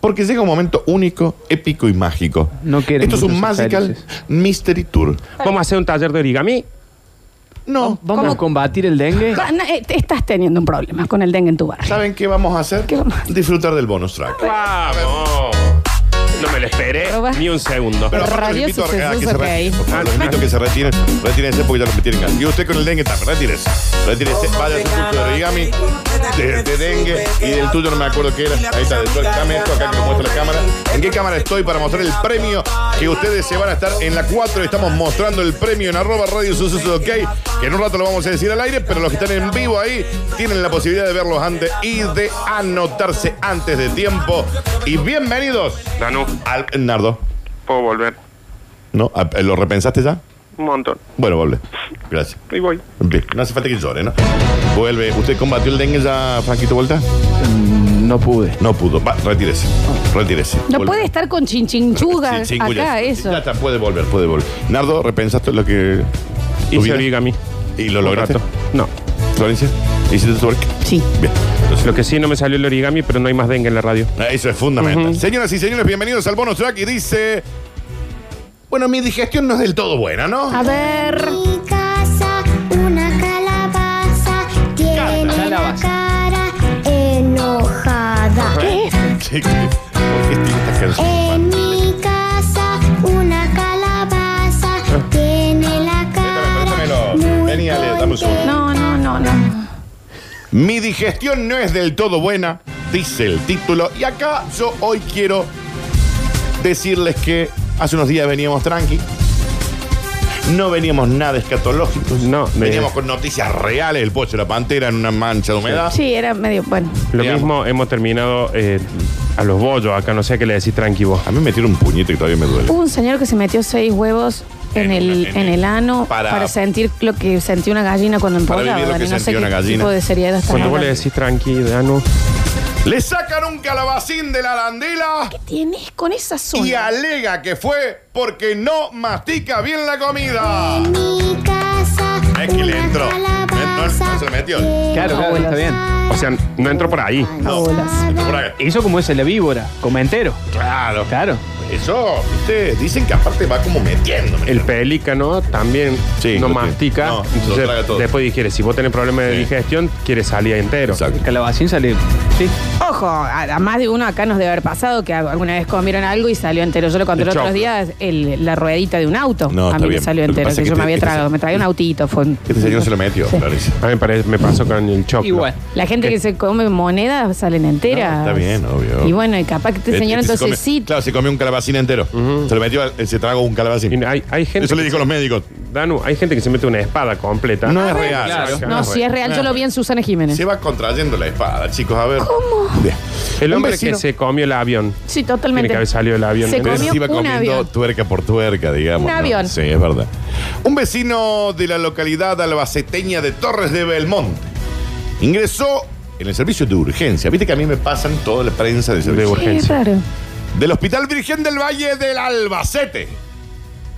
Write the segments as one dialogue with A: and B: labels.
A: porque llega un momento único, épico y mágico.
B: No quieren
A: Esto es un
B: muchos
A: Magical
B: felices.
A: Mystery Tour.
C: Vamos a hacer un taller de origami.
A: No,
B: Vamos a combatir el dengue.
D: No, eh, te- Estás teniendo un problema con el dengue en tu barrio.
A: ¿saben qué vamos a hacer?
D: ¿Qué vamos a hacer?
A: Disfrutar del bonus track.
C: ¡Vamos! No me lo esperé
E: Roba.
C: ni un segundo.
A: Pero aparte los
E: Radio
A: invito a, a que
E: Sucesos,
A: se
E: ok.
A: retiren. Por favor, los
C: Ah,
A: invito a que se retiren. Retírense porque ya los metieron gas. Y usted con el dengue también, retírese. Retírese, vaya a su curso de origami, de, de dengue y del tuyo no me acuerdo qué era. Ahí está, del tuyo. dame esto acá que lo muestra la cámara. ¿En qué cámara estoy para mostrar el premio que ustedes se van a estar en la 4? Estamos mostrando el premio en arroba radio sucesos, ok. Que en un rato lo vamos a decir al aire, pero los que están en vivo ahí tienen la posibilidad de verlos antes y de anotarse antes de tiempo. Y bienvenidos
C: Danu,
A: al Nardo.
C: puedo volver.
A: ¿No? ¿A- ¿Lo repensaste ya?
C: Un montón.
A: Bueno, vuelve. Gracias.
C: Y voy.
A: Bien, No hace falta que llore, ¿no? Vuelve. ¿Usted combatió el dengue ya, Franquito Vuelta?
B: No pude.
A: No pudo. Va, retírese. Retírese.
D: No
A: Vuelve.
D: puede estar con chinchinchuga
A: Sí, sí,
D: acá,
A: ya-
D: eso.
A: Ya está, puede volver, puede volver. Nardo, ¿repensaste lo que. tu
C: Hice
A: vida?
C: origami.
A: ¿Y lo lograste?
C: Un rato. No.
A: Florencia, ¿hiciste tu work?
D: Sí.
A: Bien. Entonces,
C: Lo que sí no me salió el origami, pero no hay más dengue en la radio.
A: Eso es fundamental. Señoras y señores, bienvenidos al bonus track y dice. Bueno, mi digestión no es del todo buena, ¿no?
D: A ver.
F: Mi casa, una calabaza, tiene la cara enojada.
A: Sí, que- ¿Por qué esta canción?
D: Eh,
F: En mi casa, una calabaza, tiene la
A: Ah.
F: cara
A: préstamelo.
F: muy
A: Vení, Ale, dame un segundo.
F: contenta.
D: No, no, no, no.
A: Mi digestión no es del todo buena, dice el título. Y acá yo hoy quiero decirles que hace unos días veníamos tranqui. No veníamos nada escatológicos.
C: No, me-
A: veníamos con noticias reales. El pocho de la pantera en una mancha de humedad.
D: Sí, era medio. Bueno.
C: Lo
A: Digamos.
C: mismo hemos terminado eh, a los bollos acá, no sé qué le decís tranqui vos.
A: A mí me tira un puñete que todavía me duele.
D: Hubo un señor que se metió seis huevos en,
A: En-
D: el,
A: en-
D: en el ano para,
A: para-
D: sentir lo que sentía una gallina cuando
A: Para
D: empolaba.
A: vivir lo que
D: Dani, no sé
A: sentía una
D: qué
A: gallina.
D: tipo de seriedad está
C: Cuando vos le
D: hablando.
C: decís tranqui, Danu,
A: Le sacan un calabacín de la arandela
D: Tienes con esa
A: y
D: zona.
A: alega que fue porque no mastica bien la comida.
F: En mi casa,
A: Es que le
F: una
A: entró. No, no se
F: calabaza,
A: le metió.
B: Claro, claro, está bien.
C: o sea, no entro por ahí.
A: No. Por acá.
B: Hizo como es la víbora, como entero.
A: Claro.
B: Claro.
A: Eso, viste, dicen que aparte va como metiéndome.
C: El pelícano también
A: Sí,
C: no
A: lo que-
C: mastica.
A: no, lo
C: entonces,
A: traga todo.
C: después dijere, si vos tenés problemas de
A: Sí.
C: digestión, quiere salir entero.
A: Exacto.
B: El calabacín sale. Sí.
D: Ojo, a, a más de uno acá nos debe haber pasado que alguna vez comieron algo y salió entero. Yo lo conté
C: El
D: los otros
C: choclo.
D: días, el- la ruedita de un auto.
A: No,
D: a
A: está
D: mí me
A: bien.
D: salió
A: Lo que
D: entero,
A: pasa
D: que,
A: es
D: yo
A: que
D: me había
A: este-
D: tragado. Me traía un autito. Fue un-
A: Este señor se lo metió, Clarice.
C: A mí me, parece- me pasó con el choclo.
B: Igual.
D: La gente que se come monedas salen enteras.
A: este No, está bien, obvio.
D: Y bueno, y capaz que este señor
A: Este se
D: entonces
A: come-
D: sí.
A: Claro, se comió un calabacín entero. Se lo metió, al- se tragó un calabacín.
C: Y hay, hay gente
A: Eso le
C: que
A: dijo a los médicos.
C: se- Danu, hay gente que se mete una espada completa.
A: No es real.
B: claro.
D: Ah, No, si es real, yo lo vi en Susana Jiménez.
A: Se va contrayendo la espada, chicos, a ver. ¿Cómo?
C: El hombre que se comió el avión.
D: Sí,
C: Tiene que
D: totalmente.
C: haber salido el avión.
D: Se
C: ¿entendés?
D: comió
A: se iba
D: un
A: comiendo
D: avión.
A: tuerca por tuerca, digamos.
D: Un
A: ¿no?
D: avión.
A: Sí, es verdad. Un vecino de la localidad albaceteña de Torres de Belmonte ingresó en el servicio de urgencia. Viste que a mí me pasan toda la prensa de servicio
C: De
D: Sí, es
C: urgencia.
D: raro.
A: del Hospital Virgen del Valle del Albacete.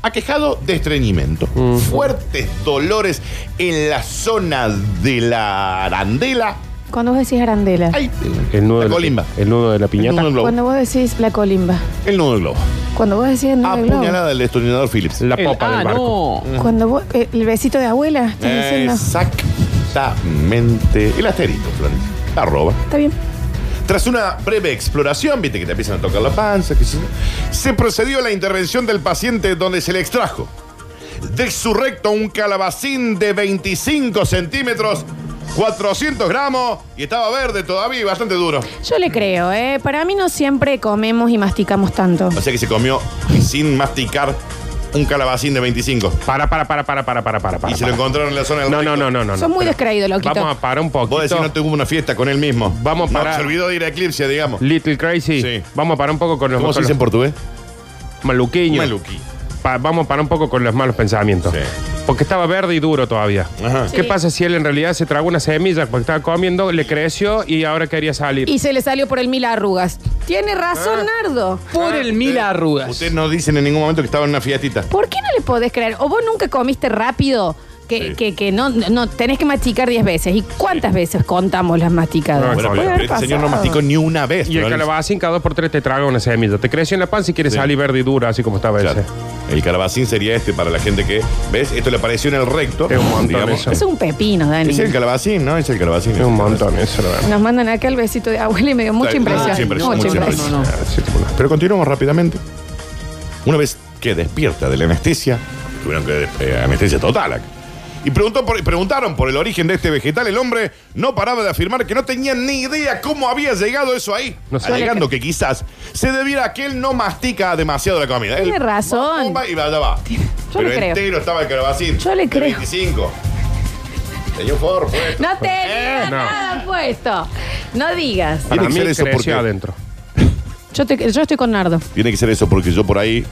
A: Aquejado de estreñimiento, fuertes dolores en la zona de la arandela.
D: Cuando vos decís arandela,
A: Ay,
C: El nudo,
A: la
C: de la-
A: colimba.
C: el nudo de la
A: El
C: piñata.
A: nudo del globo.
D: cuando vos decís la colimba,
A: El nudo del globo.
D: cuando vos decís el nudo del globo,
A: Apuñalada del destornillador Phillips.
C: La
B: El-
C: popa
B: ah,
C: del barco.
B: no.
D: cuando vos, eh, el besito de abuela, estás diciendo.
A: Exactamente. El asterito, Florencia. Arroba.
D: Está bien.
A: Tras una breve exploración, viste que te empiezan a tocar la panza, qué sé yo, se procedió a la intervención del paciente donde se le extrajo de su recto un calabacín de 25 centímetros, 400 gramos y estaba verde todavía y bastante duro.
D: Yo le creo, ¿eh? Para mí no siempre comemos y masticamos tanto.
A: O sea que se comió sin masticar un calabacín de 25
C: Para, para, para, para, para, para, para.
A: y se lo
C: para.
A: encontraron en la zona del
C: No,
A: recto.
C: no, no, no, no.
D: Son
C: no,
D: muy
C: pero
D: descreídos, loquito.
C: Vamos a parar un
A: Vos decís no
C: poquito.
A: tuvo una fiesta con él mismo.
C: Vamos
A: no,
C: para-
A: Se olvidó de ir a Eclipse, digamos.
C: Little Crazy.
A: Sí.
C: Vamos a parar un poco con los,
A: ¿Cómo se
C: con
A: dice en
C: los
A: portugués?
C: maluquiños.
A: Maluquí.
C: Pa- vamos a parar un poco con los malos pensamientos.
A: Sí.
C: Porque estaba verde y duro todavía.
A: Ajá.
C: ¿Qué
D: Sí.
C: pasa si él en realidad se tragó una semilla porque estaba comiendo, le creció y ahora quería salir?
D: Y se le salió por el mil arrugas. Tiene razón,
A: Ah.
D: Nardo.
B: Por el mil arrugas.
A: Ustedes no dicen en ningún momento que estaba en una fiestita.
D: ¿Por qué no le podés creer? O vos nunca comiste rápido Que,
A: Sí.
D: que, que no, no tenés que masticar 10 veces. ¿Y cuántas veces contamos las masticadas?
C: No,
A: Bueno,
C: Puede
A: pero
D: haber
A: este señor no
D: pasado.
A: masticó ni una vez.
C: Y el
A: pero él-
C: calabacín cada dos por tres te traga una semilla. Te creció en la panza y quiere
A: Sí.
C: salir verde y dura, así como estaba
A: Claro.
C: ese.
A: El calabacín sería este para la gente que. ¿Ves? Esto le apareció en el recto.
C: Es un montón eso.
D: Es un pepino, Dani.
A: Es el calabacín, ¿no? Es el calabacín.
C: Es un montón eso, la verdad.
D: Nos mandan acá el besito de abuela y me dio mucha
A: Está bien,
D: impresión.
A: mucha impresión,
D: Mucha
A: mucha
D: impresión.
A: impresión.
C: Así como una-
A: Pero continuamos rápidamente. Una vez que despierta de la anestesia, tuvieron que eh, anestesia total. acá. Y preguntó por- preguntaron por el origen de este vegetal. El hombre no paraba de afirmar que no tenía ni idea cómo había llegado eso ahí.
C: No sé.
A: Alegando que quizás se debiera a que él no mastica demasiado la comida.
D: Tiene
A: Él
D: razón.
A: toma Y allá va.
D: Yo
A: Pero
D: le creo.
A: entero estaba el calabacín.
D: Yo
A: de
D: le creo.
A: 25. Señor Ford, fue esto.
D: No tenía
C: Eh, no.
D: nada puesto. No digas.
A: Tiene
C: Para
A: que
C: mí
A: ser eso
C: creció
A: porque-
C: adentro.
D: Yo, te- yo estoy con Nardo.
A: Tiene que ser eso porque yo por ahí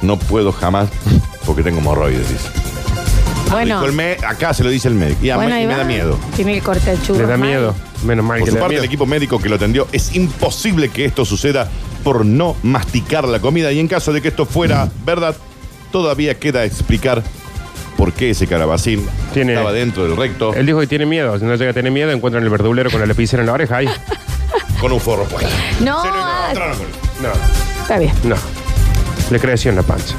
A: no puedo jamás porque tengo hemorroides, dice.
D: Bueno,
A: Ah, Dijo el me- acá se lo dice el médico. Y a
D: bueno
A: mí
D: ahí
A: me
D: va.
A: da miedo.
D: Tiene el corte de churro.
C: Le da
D: mal.
C: miedo. Menos mal
A: Por
C: que
A: su
C: le da
A: parte, el
C: miedo.
A: equipo médico que lo atendió, es imposible que esto suceda por no masticar la comida. Y en caso de que esto fuera
C: Mm.
A: verdad, todavía queda explicar por qué ese calabacín
C: Tiene-
A: estaba dentro del recto
C: Él dijo que tiene miedo. Si no llega a tener miedo, encuentran el verdulero con la lapicera en la oreja ahí.
A: con un forro. puesto.
D: No,
A: Se lo
D: ah,
A: encontraron con él.
C: No,
D: está bien.
C: no. Le creció en la panza.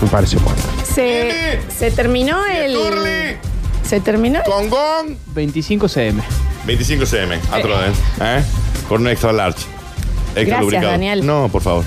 C: Me parece bueno.
D: Se,
A: Nene.
D: se terminó el.
A: Turli,
D: Se terminó. el-
A: Congón,
B: 25 CM.
A: 25 cm. Atroden. ¿Eh? Con un extra large. Extra
D: Gracias,
A: lubricado.
D: Daniel.
A: No, por favor.